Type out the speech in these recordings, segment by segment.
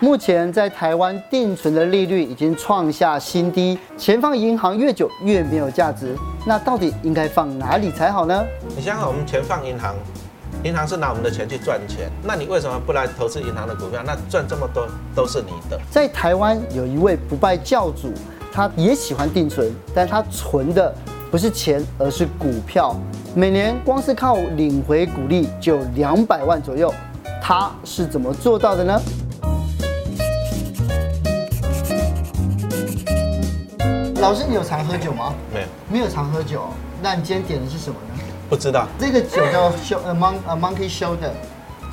目前在台湾定存的利率已经创下新低，钱放银行越久越没有价值。那到底应该放哪里才好呢？你想想，我们钱放银行，银行是拿我们的钱去赚钱，那你为什么不来投资银行的股票？那赚这么多都是你的。在台湾有一位不败教主，他也喜欢定存，但他存的不是钱，而是股票。每年光是靠领回股利就两百万左右，他是怎么做到的呢？老师，你有常喝酒吗？没有，没有常喝酒哦，那你今天点的是什么呢？不知道。这个酒哎叫 sho 呃 mon 呃 monkey shoulder，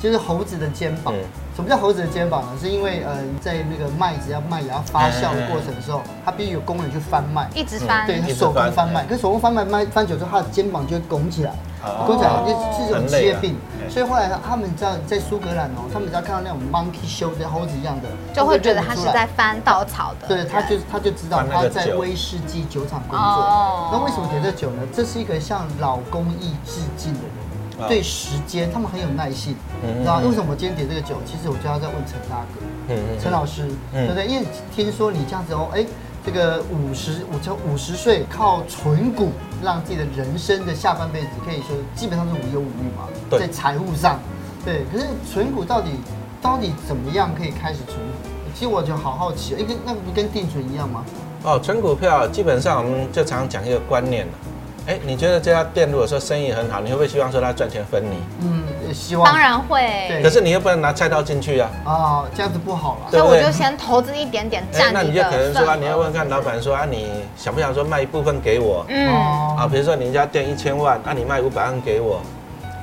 就是猴子的肩膀嗯。什么叫猴子的肩膀呢？是因为呃，在那个麦子要麦芽发酵的过程的时候，它必须有工人去翻麦，一直翻，对，它一直手工翻翻麦。嗯可是手工翻麦麦翻久之后，它的肩膀就会拱起来哦，拱起来就是这种很累职业啊病。嗯所以后来他们在在苏格兰哦，他们只要看到那种 monkey shoulder 猴子一样的，就会觉得他他们是认不出来在翻稻草的。对，他就他就知道翻那他个在酒威士忌酒厂工哦作。那为什么点这酒呢？这是一个向老工艺致敬的人，哦对时间他们很有耐性。嗯你知道为什么我今天点这个酒？其实我就要再问陈大哥、嗯嗯陈老师，嗯对不对？因为听说你这样子哦，哎，这个五十五就五十岁靠存股，让自己的人生的下半辈子可以说基本上是无忧无虑嘛，对在财务上，对。可是存股到底到底怎么样可以开始存股？其实我就好好奇，哎，跟那不跟定存一样吗？哦，存股票基本上我们就常讲一个观念了。哎，你觉得这家店如果说生意很好，你会不会希望说它赚钱分你？嗯，呃希望当然对会。可是你又不能拿菜刀进去啊。啊、这样子不好了。所对以不我对就先投资一点点，哎，占那你你就的可能份说啊，额。你要问看老板说啊，你想不想说卖一部分给我？嗯，啊，哦，比如说你家店一千万，啊，你卖五百万给我，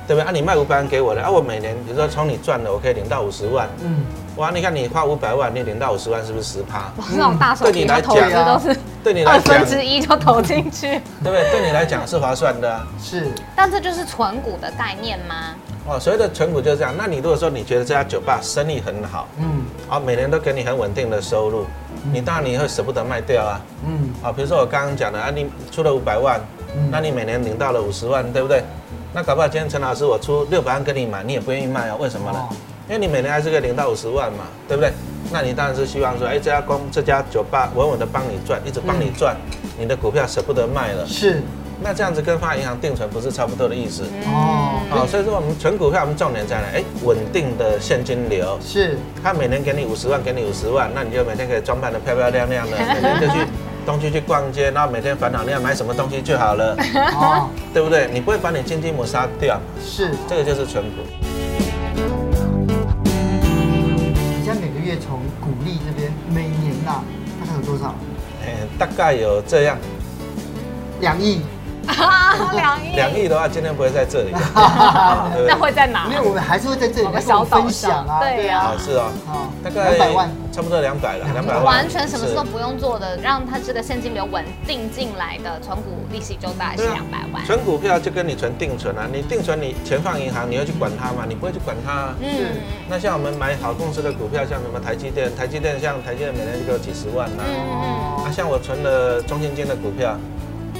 对不对？啊，你卖五百万给我了，啊，我每年比如说从你赚了，我可以领到五十万，嗯，哇，你看你花五百万，你领到五十万，是不是十趴？我这种大手嗯对笔你的来投资讲都是对你来二讲，分之一就投进去，对不对？对你来讲是划算的啊、嗯是但这就是存股的概念吗？哦，所谓的存股就是这样。那你如果说你觉得这家酒吧生意很好，嗯啊，每年都给你很稳定的收入，你当然你会舍不得卖掉啊。嗯啊，比如说我刚刚讲的，啊，你出了五百万，嗯那你每年领到了五十万，对不对？那搞不好今天陈老师我出六百万给你买，你也不愿意卖啊？为什么呢？哦因为你每年还是可以领到五十万嘛，对不对？那你当然是希望说，哎，这家公这家酒吧稳稳的帮你赚，一直帮你赚，你的股票舍不得卖了。是那这样子跟放银行定存不是差不多的意思？哦嗯好，所以说我们存股票，我们重点在哪？哎，稳定的现金流，是他每年给你五十万，给你五十万，那你就每天可以装扮的漂漂亮亮的，每天就去东区去逛街，然后每天烦恼你要买什么东西就好了，哦对不对？你不会把你经济抹杀掉，是，这个就是存股。你现在每个月从鼓励这边每年呐、大概有多少？哎，大概有这样两亿。啊，两 亿，两亿的话，今天不会在这里，对不对那？会在哪没？有，我们还是会在这里啊来我们跟我小们岛分享啊，上对啊啊，是哦，啊，大概两百万，差不多两百了，两百万，完全什么事是都不用做的，让他这个现金流稳定进来的存股利息就大概是对啊两百万。存股票就跟你存定存啊，你定存你钱放银行，你会去管它吗？你不会去管它、啊。嗯是那像我们买好公司的股票，像什么台积电，台积电像台积电每年就给我几十万呐、嗯嗯，啊，像我存了中信金的股票，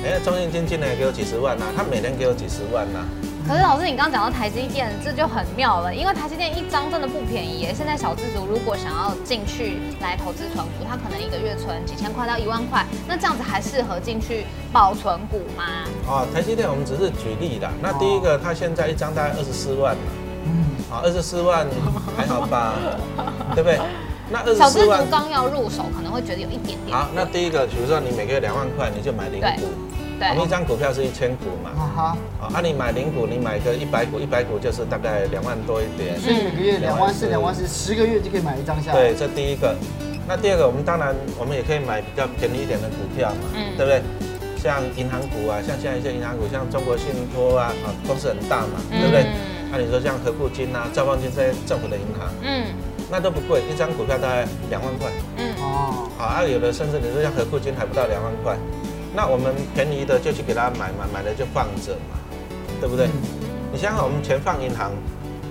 哎，中信金今年也给我几十万呐、他每年给我几十万啊呐、可是老师，你刚刚讲到台积电，这就很妙了，因为台积电一张真的不便宜耶。现在小资族如果想要进去来投资存股，他可能一个月存几千块到一万块，那这样子还适合进去保存股吗？哦，台积电我们只是举例啦。那第一个，它现在一张大概二十四万嘛，嗯，啊，二十四万还好 吧，对不对？那二小十资四族万，刚要入手，可能会觉得有一点点好，那第一个，比如说你每个月两万块，你就买零对股，我们一对，嗯张股票是一千股嘛，哈哈，啊，那你买零股，你买个一百股，一百股就是大概两万多一点。所以每个月两万四、嗯两万四，十个月就可以买一张下来。对，，这第一个。那第二个，我们当然我们也可以买比较便宜一点的股票嘛，嗯对不对？像银行股啊，像现在一些银行股，像中国信托啊，啊，公司很大嘛，嗯对不对？那、你说像和富金啊、兆丰金这些政府的银行，嗯那都不贵，一张股票大概两万块。嗯哦，啊，啊有的甚至你说像和富金还不到两万块，那我们便宜的就去给他买嘛，买了就放着嘛，对不对？嗯你想想，我们钱放银行，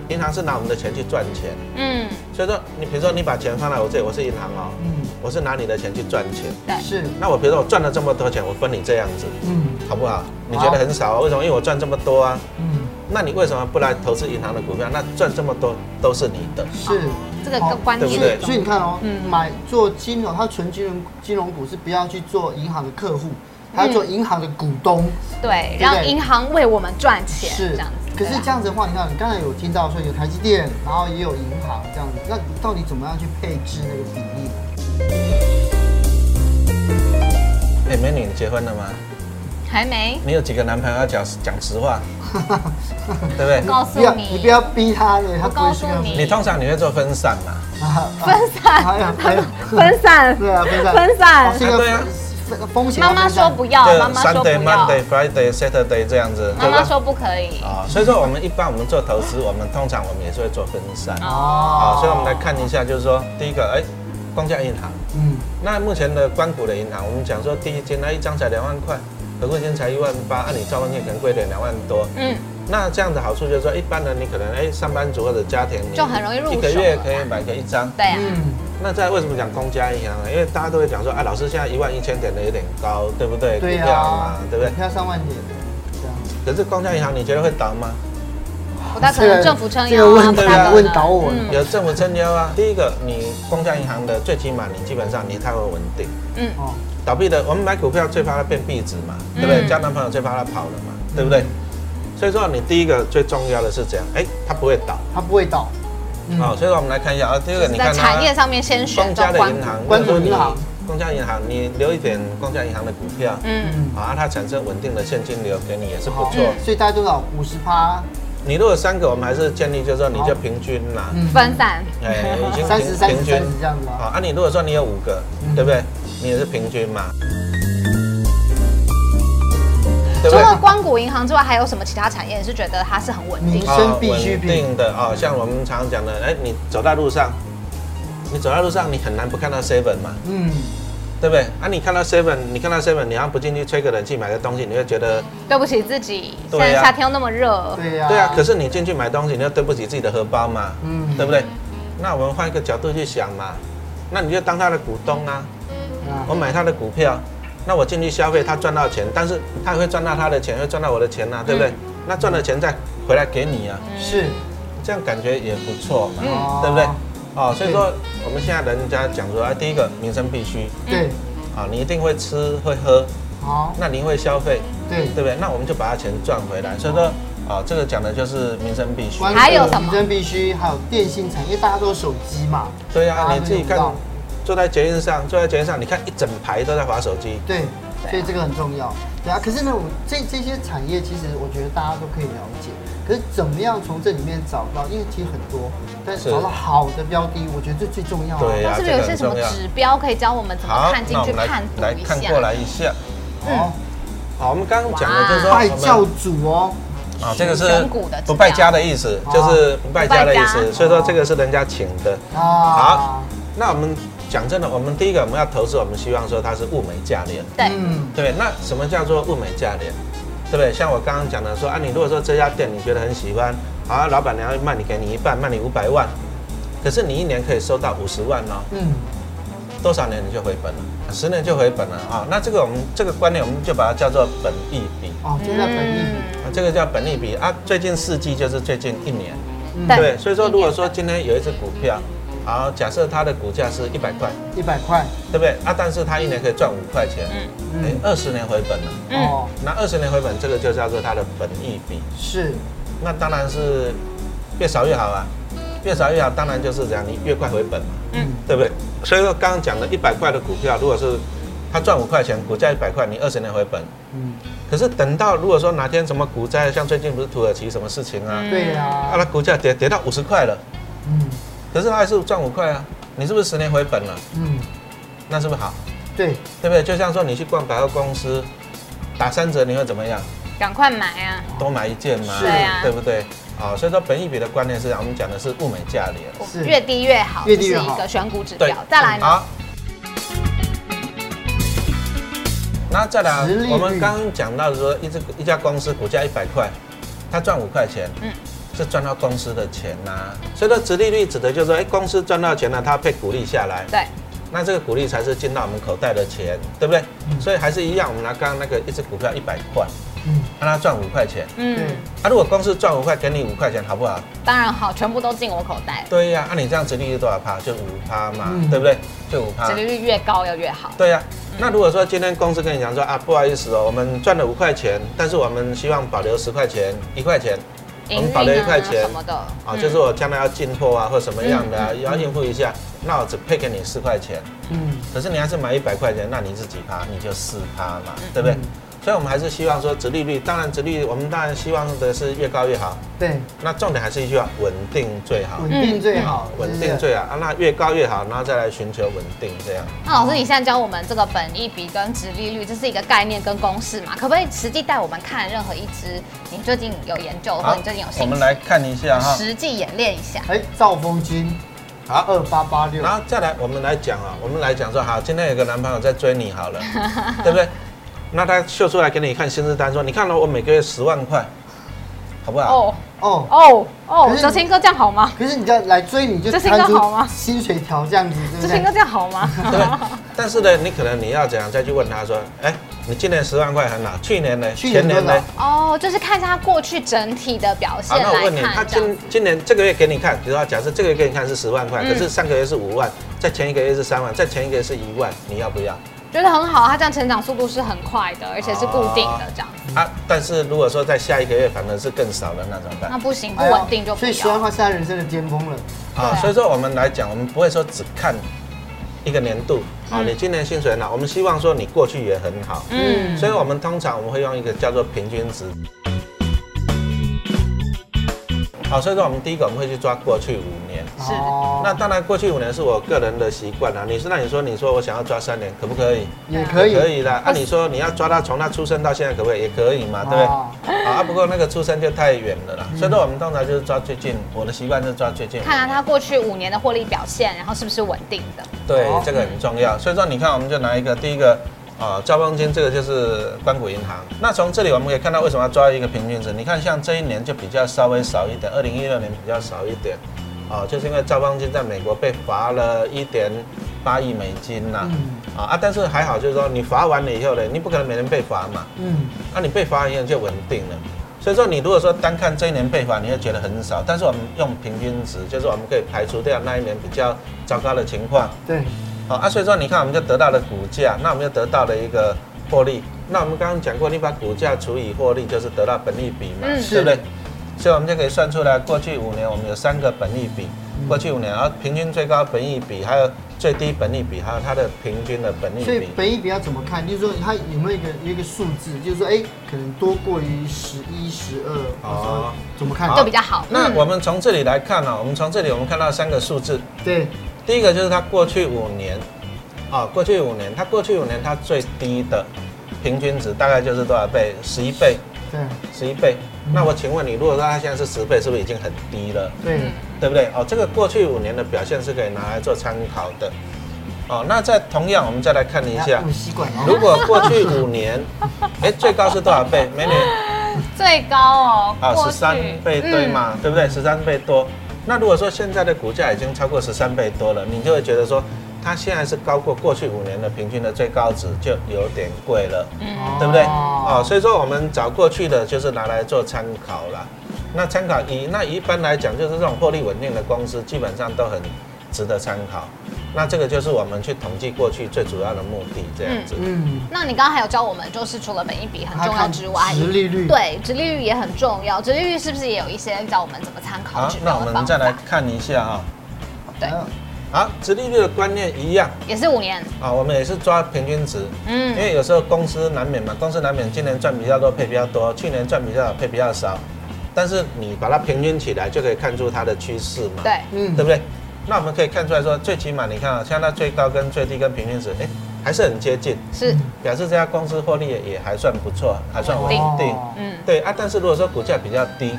银行是拿我们的钱去赚钱，嗯，所以说你比如说你把钱放在我这里，我是银行哦，嗯，我是拿你的钱去赚钱，对，是，那我比如说我赚了这么多钱，我分你这样子，嗯好不好？你觉得很少啊？为什么？因为我赚这么多啊，嗯，那你为什么不来投资银行的股票？那赚这么多都是你的。是，这个观对念不对所以你看哦，嗯买做金融，它纯金融金融股是不要去做银行的客户，它要嗯做银行的股东。对，让银行为我们赚钱，这样子。可是对啊这样子的话，你看，你刚才有听到说有台积电，然后也有银行这样子，那到底怎么样去配置那个比例 呢？哎，美女，你结婚了吗？还没你有几个男朋友要讲讲实话，对不对？ 告诉不要，你，你不要逼他的，他不会是我告诉你你通常你会做分散嘛？ 分分散，啊还有还有， 分 散，对啊，分散，分散哦是一个啊对啊分分风险。妈妈说不，要，啊妈妈说不 Sunday、要， Monday、Friday、Saturday 这样子，妈对妈吧？说不可以。啊，所以说我们一般我们做投资，我们通常我们也是会做分散。哦，啊，所以我们来看一下，就是说第一个，哎，公家银行，嗯，那目前的关谷的银行，我们讲说第一间那一张才两万块，合规金才一万八，啊按你照万月可能贵点两万多。嗯，那这样的好处就是说，一般人你可能哎上班族或者家庭你就很容易入手啊一个月可以买个一张。对啊，嗯，那在为什么讲公家银行呢？因为大家都会讲说，啊，老师现在一万一千点的有点高，对不对？对股票嘛啊，，对不对股？票上万点，这样。可是公家银行你觉得会倒吗？不大可这能个政府撑这腰个啊，问不题大可能。问倒我了嗯有政府撑腰啊。第一个，你公家银行的最起码你基本上你它会稳定。嗯，哦，倒闭的，我们买股票最怕它变币值嘛，对不对？嗯交男朋友最怕它跑了嘛，对不对？所以说你第一个最重要的是怎样？哎，它不会倒。它不会倒。嗯好，所以说我们来看一下啊，第二个就是你在看它产业上面先选公家中的关银谷行，关或注者银行说你公家银行，你留一点公家银行的股票。嗯，好啊，它产生稳定的现金流给你也是不好错。嗯所以大概多少？五十趴，你如果三个，我们还是建议就是说你就平均啦，嗯分散，哎，已经三十、三平十、平均三十这样子好吗？啊。你如果说你有五个，嗯对不对？你也是平均嘛，对啊不除对？了光谷银行之外，还有什么其他产业你是觉得它是很稳民定的？生必需稳品，定的啊，像我们常讲的，哎，你走在路上，你走在路上，你很难不看到 seven 嘛，嗯，对不对？啊，你看到 seven，你看到 seven，你要不进去吹个冷气买个东西，你会觉得对不起自己，现对在啊夏天又那么热，对呀，对啊，可是你进去买东西，你要对不起自己的荷包嘛，嗯对不对？那我们换一个角度去想嘛，那你就当他的股东啊，啊我买他的股票，那我进去消费，他赚到钱，但是他也会赚到他的钱，会赚到我的钱啊，对不嗯对？那赚了钱再回来给你啊，是，这样感觉也不错嘛，嗯对不对？哦，所以说我们现在人家讲说，啊，第一个民生必须对，啊，你一定会吃会喝，好，那你会消费，对对，不对？那我们就把他钱赚回来，所以说啊，这个讲的就是民生必须。关还有注什民么生必须，还有电信产业，大家都有手机嘛，对大啊，家你自己都用看到，坐在捷运上，坐在捷运上，你看一整排都在划手机。对，对啊所以这个很重要。对啊，可是呢，我这这些产业其实我觉得大家都可以了解，可是怎么样从这里面找到？因为其实很多，但是是找到好的标的，我觉得这最重要啊。对那啊是不是有这个些很什么重要指标可以教我们怎么好看，进那我去们来看来读一看下？过来一下。哦，好，我们刚刚讲的就是说拜我教嗯们主哦，啊，这个是选股的指标不败家的意思，就是不败家的意不败思。家所以说这个是人家请的。啊好，那我们讲真的，我们第一个我们要投资，我们希望说它是物美价廉，对，嗯，对不对？那什么叫做物美价廉？对不对？像我刚刚讲的说啊，你如果说这家店你觉得很喜欢，好、啊，老板娘会卖你给你一半，卖你五百万，可是你一年可以收到五十万哦。嗯，多少年你就回本了，十年就回本了啊、那这个我们这个观念，我们就把它叫做本益比哦，这叫本意比。啊，这个叫本益比啊。最近四季就是最近一年，嗯对对，所以说如果说今天有一只股票，好，假设它的股价是一百块，一百块，对不对啊？但是它一年可以赚五块钱，嗯哎嗯，，二十年回本了。嗯哦，那二十年回本，这个就叫做它的本益比。是，那当然是越少越好啊，越少越好，当然就是这样，你越快回本嘛。嗯嗯，对不对？所以说刚刚讲的一百块的股票，如果是它赚五块钱，股价一百块，你二十年回本。嗯，可是等到如果说哪天什么股灾，像最近不是土耳其什么事情啊，嗯对啊，呀，它股价跌跌到五十块了，嗯可是它还是赚五块啊，你是不是十年回本了？嗯，那是不是好？对，对不对？就像说你去逛百货公司，打三折你会怎么样？赶快买啊！多买一件嘛，是对啊对不对？啊，所以说本益比的观念是这样，我们讲的是物美价廉。是越低越好，越低越这是好一个选股指标。再来嗯呢？好。那再来实力，我们率刚刚讲到说，一只一家公司股价一百块，它赚五块钱，嗯嗯，是赚到公司的钱呐、所以说，直利率指的就是说，哎，公司赚到钱了，它配股利下来，对，那这个股利才是进到我们口袋的钱，对不对？所以还是一样，我们拿刚刚那个一只股票一百块，嗯，让他赚五块钱。嗯对，啊，如果公司赚五块，给你五块钱，好不好？当然好，全部都进我口袋，对呀、啊按你这样子利率多少趴？就五趴嘛，嗯对不对？就五趴殖。利率越高要越好。对呀、那如果说今天公司跟你讲说啊，不好意思哦，我们赚了五块钱，但是我们希望保留十块钱、一块钱我营们运保留一块啊钱什么的啊，嗯就是我将来要进货啊或什么样的、啊嗯要应付一下，那我只配给你四块钱，嗯，可是你要是买一百块钱，那你是几趴？你就四趴嘛，嗯对不对？所以我们还是希望说，殖利率，当然殖利率，我们当然希望的是越高越好。对，那重点还是一句话，稳定最好稳，定最好，稳定最好啊，那越高越好，然后再来寻求稳定这样。那老师，你现在教我们这个本益比跟值利率，这是一个概念跟公式嘛？可不可以实际带我们看任何一支你最近有研究或者哦你最近有兴趣？我们来看一下哈。啊实际演练一下。哎，兆丰金好，二八八六然，后再来我们来讲啊，我们来讲说，好，今天有个男朋友在追你 好了，对不对？那他秀出来给你看薪资单，说你看了我每个月十万块，好不好？哦哦，哦可哦，是哲青哥这样好吗？可是你这样来追你就这是一摊个出好吗薪水条这样子，对不哲青对哥？这样好吗？对不对。但是呢，你可能你要怎样再去问他说，哎，你今年十万块很好，去年呢？去年前多少呢？ 哦，就是看一下他过去整体的表好，现那我来问你，他看，这样今今年这个月给你看，比如说假设这个月给你看是十万块，嗯可是上个月是五万，再前一个月是三万，再前一个月是一万，你要不要？觉得很好，他这样成长速度是很快的，而且是固定的这样。啊，但是如果说在下一个月反而是更少了，那怎么办？那不行，不哎呀稳定就不所以十万要。块是他人生的巅峰了，啊对，啊所以说我们来讲，我们不会说只看一个年度啊，嗯你今年薪水很好，我们希望说你过去也很好，嗯，所以我们通常我们会用一个叫做平均值。好，所以说我们第一个我们会去抓过去五年。是哦那当然，过去五年是我个人的习惯啦。你是那你说你说我想要抓三年，可不可以？也可以，可以啦。按你说你要抓他从他出生到现在，可不可以？也可以嘛，对不对？哦啊，不过那个出生就太远了啦。所以说我们通常就是抓最近，我的习惯就是抓最近五年。看看啊他过去五年的获利表现，然后是不是稳定的。对哦，这个很重要。所以说，你看，我们就拿一个第一个，啊，兆丰金这个就是关谷银行。那从这里我们可以看到，为什么要抓一个平均值？你看，像这一年就比较稍微少一点，二零一六年比较少一点，啊，就是因为兆丰金在美国被罚了一点八亿美金呐、嗯啊啊，但是还好，就是说你罚完了以后呢，你不可能每年被罚嘛，嗯，那、你被罚以后就稳定了。所以说，你如果说单看这一年被罚，你会觉得很少。但是我们用平均值，就是我们可以排除掉那一年比较糟糕的情况。对，好啊，所以说你看，我们就得到了股价，那我们就得到了一个获利。那我们刚刚讲过，你把股价除以获利，就是得到本利比嘛，嗯对不对？所以我们就可以算出来，过去五年我们有三个本利比，过去五年，然后平均最高本益比，还有最低本利比，还有它的平均的本利所以比。本益比要怎么看？就是说它有没有一个有一个数字，就是说哎、可能多过于十一、十哦二，怎么看？就比较好。那嗯我们从这里来看呢、啊我们从这里我们看到三个数字，对，第一个就是它过去五年，啊、过去五年，它过去五年它最低的平均值大概就是多少倍？十一倍。对，十一倍。那我请问你，如果说它现在是十倍，是不是已经很低了？对，对不对？哦，这个过去五年的表现是可以拿来做参考的。哦，那在同样，我们再来看一下要，吸管如哦，果过去五年， 哎，最高是多少倍？美女最高哦，啊，过十去三倍对？嗯嘛？对不对？十三倍多。那如果说现在的股价已经超过十三倍多了，你就会觉得说，它现在是高过过去五年的平均的最高值，就有点贵了。嗯对不对？哦哦，所以说我们找过去的就是拿来做参考啦。那参考一，那一般来讲就是这种获利稳定的公司，基本上都很值得参考。那这个就是我们去统计过去最主要的目的，这样子。嗯，那你刚刚还有教我们，就是除了本益比很重要之它外看，殖利率对，殖利率也很重要。殖利率是不是也有一些教我们怎么参考好指，那标我的们方再来法？看一下啊、对，还有好，殖利率的观念一样也是五年，啊、我们也是抓平均值，因嗯，为有时候公司难免嘛，公司难免今年赚比较多配比较多，去年赚比较少配比较少，但是你把它平均起来就可以看出它的趋势嘛。对，嗯，对不对？那我们可以看出来说，最起码你看啊，像它最高跟最低跟平均值，哎，还是很接近，是，表示这家公司获利也也还算不错，还算稳哦定。嗯，对啊，但是如果说股价比较低，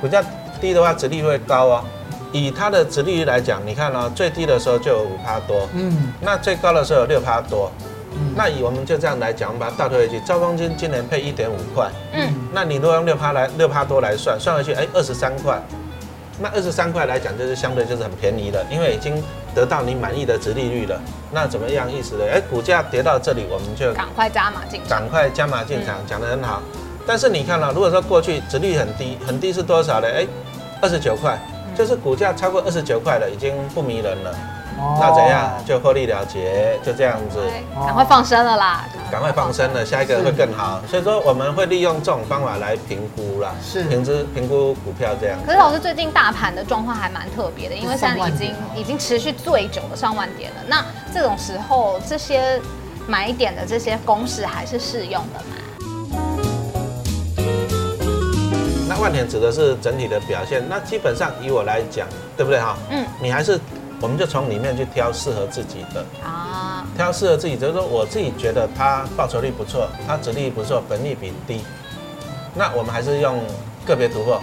股价低的话，值率会高哦。以它的值率来讲，你看啊、最低的时候就有五趴多，嗯那最高的时候有六趴多。嗯那以我们就这样来讲，我们把它倒推回去，兆丰金今年配一点五块，嗯，那你如果用六趴来六趴多来算，算回去哎二十三块，那二十三块来讲就是相对就是很便宜的，因为已经得到你满意的值利率了。那怎么样意思呢？哎，股价跌到这里，我们就赶快加码进场。赶快加码进场，讲得很好。但是你看啊了、如果说过去值率很低，很低是多少呢？哎，二十九块，就是股价超过二十九块了，已经不迷人了。哦那怎样就获利了结，就这样子，对赶快放生了啦，赶快放生了，下一个会更好。所以说我们会利用这种方法来评估啦，是评估评估股票这样。可是老师最近大盘的状况还蛮特别的，因为现上在万已经点哦已经持续最久的上万点了。那这种时候，这些买点的这些公式还是适用的嘛？那万点指的是整体的表现，那基本上以我来讲，对不对哈？嗯你还是我们就从里面去挑适合自己的，啊，挑适合自己，就是说我自己觉得它报酬率不错，它值率不错，本利比低，那我们还是用个别突破。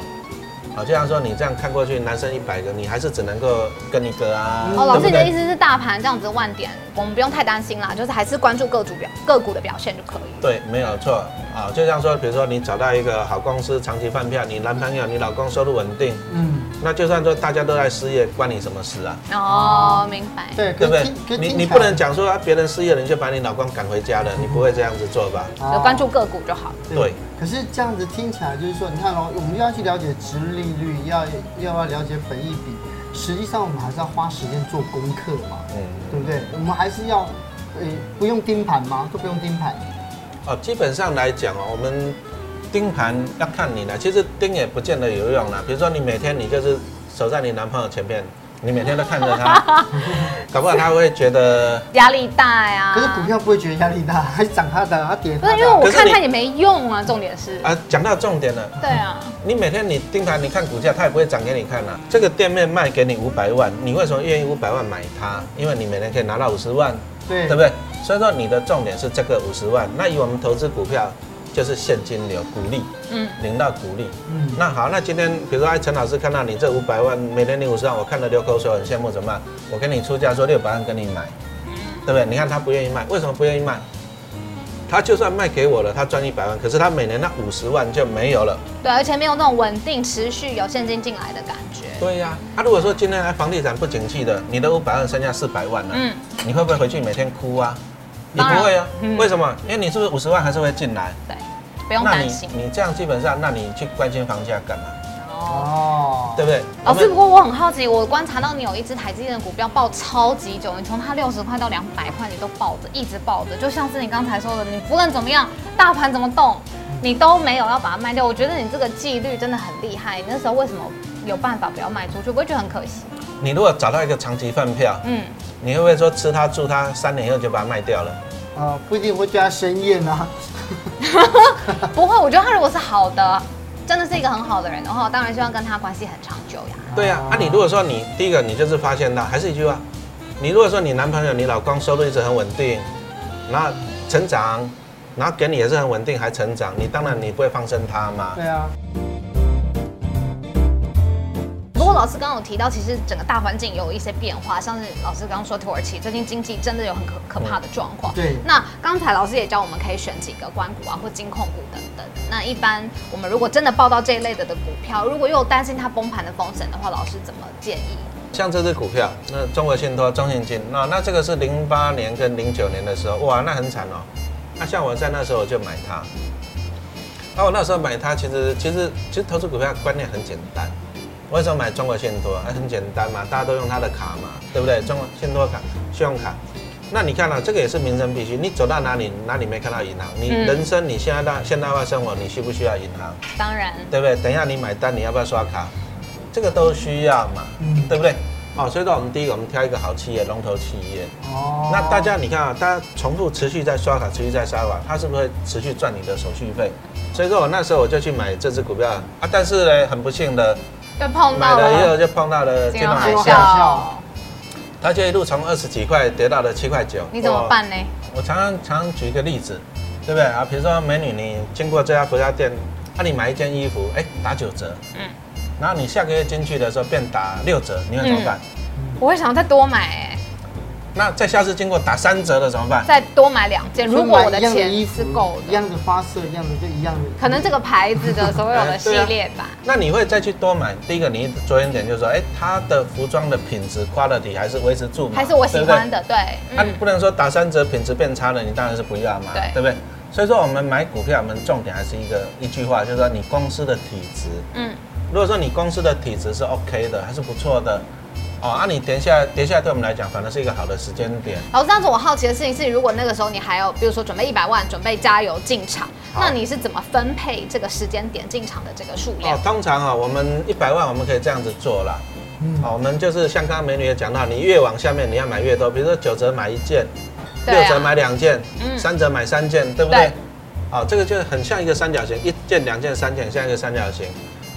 好，就像说你这样看过去，男生一百个，你还是只能够跟一个啊，哦，老师对不你的意对？思是大盘这样子万点，我们不用太担心啦，就是还是关注各主表个股的表现就可以。对，没有错啊。就像说，比如说你找到一个好公司，长期饭票，你男朋友、你老公收入稳定，嗯，那就算说大家都在失业，关你什么事啊？哦，明白。对，对不可以听可对？以你听你起来不能讲说啊，别人失业了你就把你老公赶回家了，你不会这样子做吧？就关注个股就好了。对。哦可是这样子听起来就是说，你看哦，我们要去了解值利率，要要要了解本益比，实际上我们还是要花时间做功课嘛，嗯，对不对？我们还是要，呃，不用盯盘吗？都不用盯盘，啊哦，基本上来讲哦，我们盯盘要看你了，其实盯也不见得有用啦。比如说你每天你就是守在你男朋友前面，你每天都看着 他，搞不好他会觉得。压力大呀、可是股票不会觉得压力大，还涨它的，它跌不它是的。因为我可是看你它也没用啊，重点是，啊，讲到重点了，对啊，你每天你盯盘，你看股价，它也不会涨给你看啦、这个店面卖给你五百万，你为什么愿意五百万买它？因为你每年可以拿到五十万，对对不对？所以说你的重点是这个五十万，那以我们投资股票就是现金流股利，嗯，领到股利。嗯，那好，那今天比如说哎，陈老师看到你这五百万，每年领五十万，我看了流口水，很羡慕，怎么办？我跟你出价说六百万跟你买，对不对？你看他不愿意卖，为什么不愿意卖？他就算卖给我了，他赚一百万，可是他每年那五十万就没有了。对，而且没有那种稳定、持续有现金进来的感觉，对呀、他、如果说今天来房地产不景气的，你的五百万剩下四百万了、嗯，你会不会回去每天哭啊？你当然不会啊，嗯为什么？因为你是不是五十万还是会进来？对，不用那担你心。你这样基本上，那你去关心房价干嘛？哦，哦，对不对？老师，我不们过我很好奇，我观察到你有一只台积电的股票爆超级久，你从它六十块到两百块，你都抱着，一直抱着，就像是你刚才说的，你不论怎么样，大盘怎么动，你都没有要把它卖掉。我觉得你这个纪律真的很厉害，你那时候为什么有办法不要卖出去？不会觉得很可惜？你如果找到一个长期饭票，嗯，你会不会说吃它住它，三年以后就把它卖掉了？啊，不一定会对它生厌啊。不会，我觉得他如果是好的，真的是一个很好的人的话，我当然希望跟他关系很长久呀。对呀、哦啊，你如果说你第一个你就是发现到，还是一句话，你如果说你男朋友、你老公收入一直很稳定，然后成长，然后给你也是很稳定，还成长，你当然你不会放生他嘛。对啊，不过老师刚刚有提到，其实整个大环境也有一些变化，像是老师刚刚说土耳其最近经济真的有很可可怕的状况。对那刚才老师也教我们可以选几个关股啊，或金控股等等。那一般我们如果真的报到这一类的的股票，如果又有担心它崩盘的风险的话，老师怎么建议？像这只股票，那中国信托、中信金，那那这个是零八年跟零九年的时候，哇，那很惨哦。那像我在那时候我就买它，那我那时候买它，其实其实其实投资股票观念很简单。为什么买中国信托？啊很简单嘛，大家都用它的卡嘛，对不对？中国信托卡、信用卡。那你看啊，这个也是民生必须。你走到哪里，哪里没看到银行？你嗯人生，你现在到现代化生活，你需不需要银行？当然，对不对？等一下你买单，你要不要刷卡？这个都需要嘛，嗯对不对？哦，所以说我们第一个，我们挑一个好企业，龙头企业。哦，那大家你看啊，大家重复持续在刷卡，持续在刷卡，它是不是会持续赚你的手续费？所以说我那时候我就去买这只股票啊，但是呢，很不幸的，就碰买到了以后了就碰到了金融海金融啸，海它就一路从二十几块跌到了七块九。你怎么哇办呢？我常常常常举一个例子，对不对啊？比如说美女，你经过这家服家店，啊，你买一件衣服，哎，打九折，嗯嗯，然后你下个月进去的时候变打六折，你会怎么办？我会想要再多买、哎。那再下次经过打三折了怎么办？再多买两件，如果我的钱是够啊一的，样的花色，一样的就一样的，可能这个牌子的所有的系列吧。那你会再去多买？第一个，你着眼点就是说，哎，它的服装的品质 quality 还是维持住嘛，还是我嗯喜对不对欢的，对，那、你嗯，不能说打三折品质变差了，你当然是不要嘛，不对对？所以说我们买股票，我们重点还是一个一句话，就是说你公司的体质。嗯，如果说你公司的体质是 OK 的，还是不错的，哦，啊，你跌下跌下来对我们来讲，反而是一个好的时间点。老师，这样子我好奇的事情是，如果那个时候你还有，比如说准备一百万，准备加油进场，好那你是怎么分配这个时间点进场的这个数量哦？，通常啊、我们一百万我们可以这样子做啦。哦，我们就是像刚刚美女也讲到，你越往下面你要买越多，比如说九折买一件，对啊六折买两件，嗯三折买三件，对不对对？哦，这个就很像一个三角形，一件、两件、三件，像一个三角形。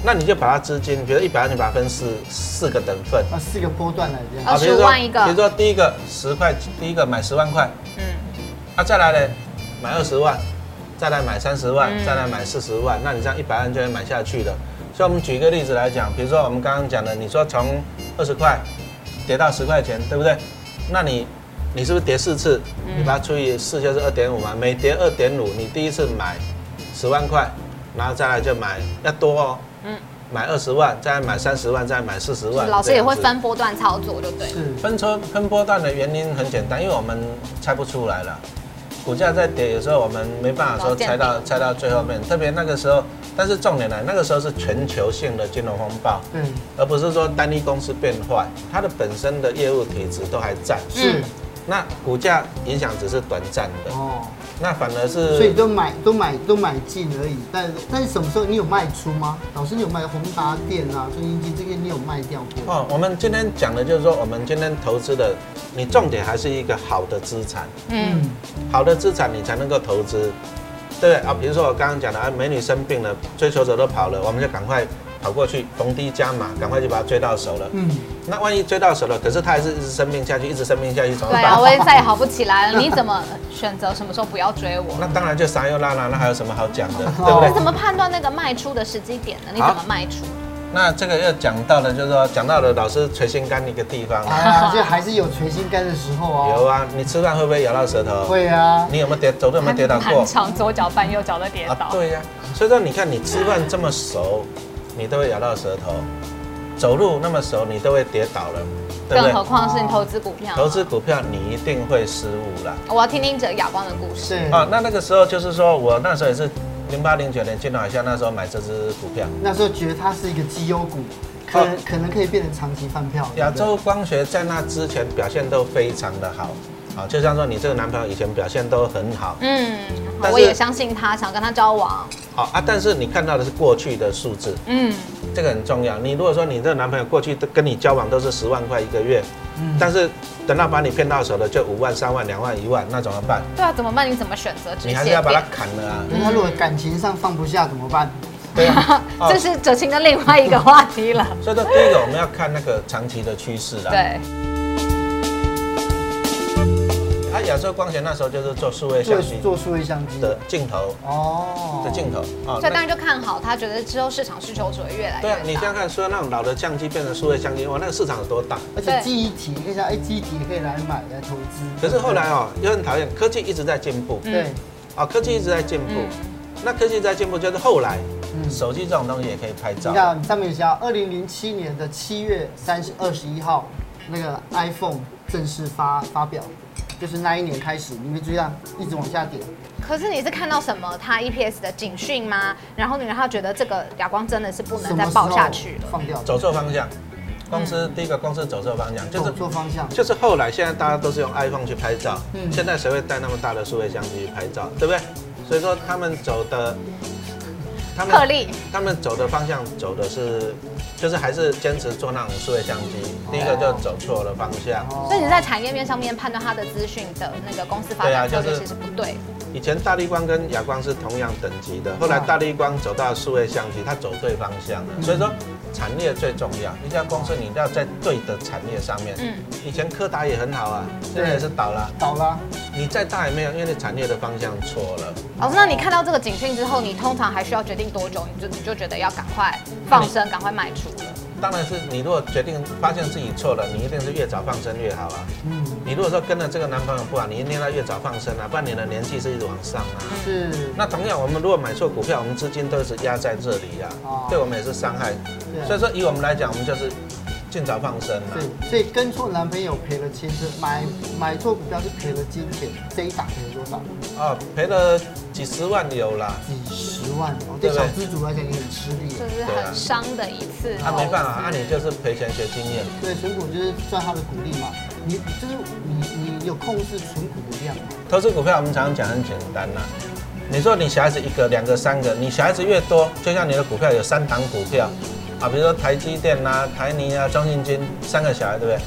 那你就把它资金，比如一百万，你把它分四四个等份。啊，四个波段来这样。啊比如25说万一个比如说第一个十块，第一个买十万块，嗯，啊，再来呢，买二十万，再来买三十万，嗯再来买四十万，那你这样一百万就会买下去了。所以，我们举一个例子来讲，比如说我们刚刚讲的，你说从二十块跌到十块钱，对不对？那你你是不是跌四次？嗯你把它除以四就是二点五嘛，每跌二点五，你第一次买十万块，然后再来就买要多哦，嗯买二十万，再来买三十万，再来买四十万。老师也会这样子分波段操作，就对了。是分车分波段的原因很简单，因为我们猜不出来了。股价在跌，有时候我们没办法说猜到猜到最后面，特别那个时候。但是重点来，那个时候是全球性的金融风暴，对，而不是说单一公司变坏，它的本身的业务体质都还在。是那股价影响只是短暂的，嗯哦，那反而所以是都买都买都买进而已。但但是什么时候你有卖出吗？老师，你有卖宏达电啊、中英金这个，你有卖掉过？哦，我们今天讲的就是说，我们今天投资的，你重点还是一个好的资产。嗯，好的资产你才能够投资，对不对啊？比如说我刚刚讲的啊，美女生病了，追求者都跑了，我们就赶快跑过去逢低加码，赶快就把它追到手了。嗯，那万一追到手了，可是她还是一直生病下去，一直生病下去怎么对 啊，办？我也再也好不起 来了。你怎么选择什么时候不要追我？那当然就撒又拉拉，那还有什么好讲 的，哦对不你怎对？么判断那个卖出的时机点呢？你怎么卖出？那这个要讲到的，就是说讲到了老师垂心肝的一个地方，啊哎呀，这还是有垂心肝的时候有哦。啊，你吃饭会不会咬到舌头？会啊，你有没有跌？走路有没有跌倒过很？长，左脚翻右脚的跌啊倒，。对呀、所以说你看你吃饭这么熟，你都会咬到舌头；走路那么熟，你都会跌倒了，对不更对何？况是你投资股票，投资股票你一定会失误啦。我要听听这哑光的故事。是啊，那那个时候就是说我那时候也是零八零九年金融海啸那时候买这只股票，那时候觉得它是一个绩优股，可能可能可以变成长期饭票。啊亚洲光学在那之前表现都非常的好，啊，就像说你这个男朋友以前表现都很好，嗯，好但是我也相信他，想跟他交往。好啊，但是你看到的是过去的数字，嗯，这个很重要。你如果说你这个男朋友过去都跟你交往都是十万块一个月，嗯但是等到把你骗到手了，就五万、三万、两万、一万，那怎么办？对啊，怎么办？你怎么选择止你还血是要把它点？，砍了啊！对，他如果感情上放不下怎么办？对啊 哦这，是哲青的另外一个话 题了。所以说第一个我们要看那个长期的趋势啦。，对，啊，亚洲光学那时候就是做数位做相机做数位相机的镜头哦的镜头啊所那以当然就看好他，觉得之后市场需求只会越来越大。对啊，你想想看，说那种老的相机变成数位相机，哇，那个市场有多大？而且记忆体，你看一下，哎，记忆体可以来买来投资。可是后来哦，又很讨厌，科技一直在进步，嗯对，啊，科技一直在进步嗯，那科技在进步就是后来嗯，手机这种东西也可以拍你照。看你上面有写，啊二零零七年的七月三十二十一号，那个 iPhone 正式发发表，就是那一年开始，你们就这样一直往下跌。可是你是看到什么他 EPS 的警讯吗？然后你让他觉得这个哑光真的是不能再爆下去了。放掉，走错方向。嗯公司第一个公司走错方向，就走是错方向。就是后来现在大家都是用 iPhone 去拍照，嗯现在谁会带那么大的数位相机去拍照，对不对？所以说他们走的，他特例他们走的方向走的是，就是还是坚持做那种数位相机。哦第一个就走错了方向，所以你在产业面上面判断它的资讯的那个公司发对啊展策就是略其实不对，以前大力光跟哑光是同样等级的，后来大力光走到数位相机，它走对方向了。所以说产业最重要，一家公司你要在对的产业上面。嗯以前柯达也很好啊，现在也是倒了。倒啦，你再大也没有，因为你产业的方向错了。老哦师，那你看到这个警讯之后，你通常还需要决定多久？你就你就觉得要赶快放生，赶快卖出了。当然是你如果决定发现自己错了，你一定是越早放生越好啊。嗯，你如果说跟了这个男朋友不好，你一定要越早放生啊，不然你的年纪是一直往上啊。是那同样，我们如果买错股票，我们资金都是压在这里啊哦，对我们也是伤害对。所以说，以我们来讲，我们就是尽早放生嘛。对，所以跟错男朋友赔了钱，买买错股票是赔了金钱，这一打赔了多少？啊，赔了几十万有啦，几十万哦，对对不对小资主来讲也很吃力耶。就是很伤的一次啊，投没资。办法，啊，你就是赔钱学经验。对，存股就是赚他的股利嘛。你就是你你有控制存股的量吗？投资股票我们常常讲很简单啦、你说你小孩子一个、两个、三个，你小孩子越多，就像你的股票有三档股票啊，比如说台积电啦、台泥啊、中信金三个小孩，对不对？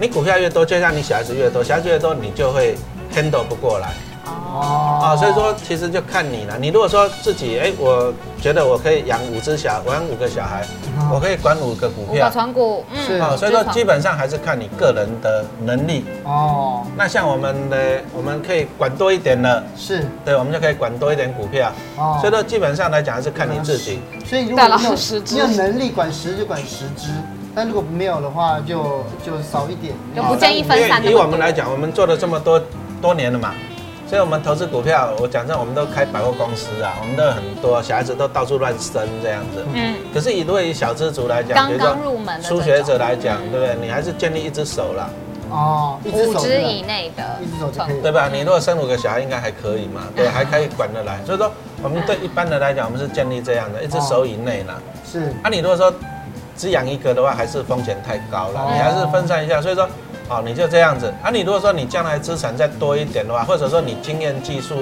你股票越多，就像你小孩子越多，小孩子越多，你就会 handle 不过来哦，哦啊。所以说，其实就看你了。你如果说自己，哎，我觉得我可以养五只小，我养五个小孩，嗯我可以管五个股五个票。存股，是啊，嗯，所以说基本上还是看你个人的能力。哦，那像我们呢，我们可以管多一点了，是对，我们就可以管多一点股票。哦，啊所以说基本上来讲还是看你自己。所以如大果佬你有十只你有能力管十就管十只，但如果没有的话就就少一点。啊就不建议分散那么啊因多为以我们来讲，我们做了这么多多年了嘛，所以我们投资股票，我讲真，我们都开百货公司啊，我们都有很多小孩子都到处乱生这样子。嗯，可是以对于小资族来讲，刚比如刚说入门的这初种学者来讲，对不对？你还是建立一只手啦，哦，一只五手只对不对以内的一只手就可以嗯了对吧？你如果生五个小孩，应该还可以嘛，对，还可以管得来。所以说，我们对一般的来讲，我们是建立这样的，一只手以内啦。是啊，你如果说只养一个的话，还是风险太高哦了，你还是分散一下。所以说，哦，你就这样子。啊，你如果说你将来资产再多一点的话，或者说你经验技术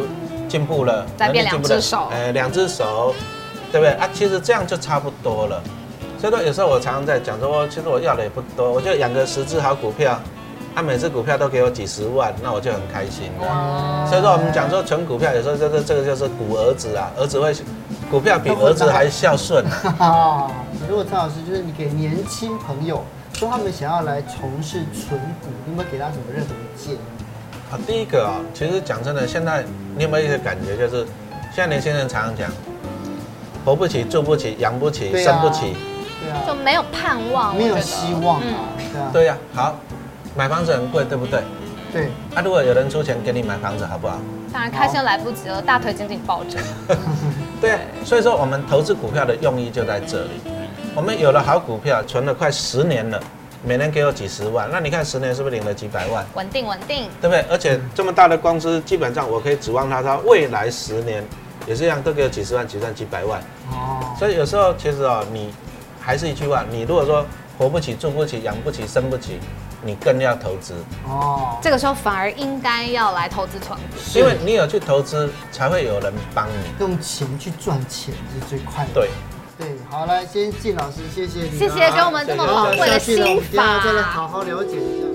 进步了，再变能力进步两了只手呃，两只手，对不对？啊，其实这样就差不多了。所以说，有时候我常常在讲说，哦其实我要的也不多，我就养个十只好股票，啊，每只股票都给我几十万，那我就很开心了。哦，所以说我们讲说存股票，有时候就是这个就是股儿子啊，儿子会股票比儿子还孝顺啊。哦，如果张老师就是你给年轻朋友说他们想要来从事存股，你有没有给他什么任何的建议？啊，第一个啊、其实讲真的，现在你有没有一个感觉，就是现在年轻人常常讲，活不起、住不起、养不起、对生啊不起，对就啊，没有盼望，没有我觉得希望嗯啊，对啊，对呀、好，买房子很贵，对不对？对，啊，如果有人出钱给你买房子，好不好？当然开心来不及了，大腿紧紧抱着。对、啊，所以说我们投资股票的用意就在这里。我们有了好股票，存了快十年了，每年给我几十万，那你看十年是不是领了几百万？稳定稳定，对不对？而且嗯这么大的公司，基本上我可以指望它，它未来十年也是一样，都给我几十万、几十万、几百万。哦，所以有时候其实啊、你还是一句话，你如果说活不起、住不起、养不起、生不起，你更要投资，哦，这个时候反而应该要来投资存股。因为你有去投资，才会有人帮你。用钱去赚钱是最快乐。对，对，好，来，先进老师，谢谢你啊，谢谢给我们这么宝贵下的去了我心们一定要法。再来好好了解一下。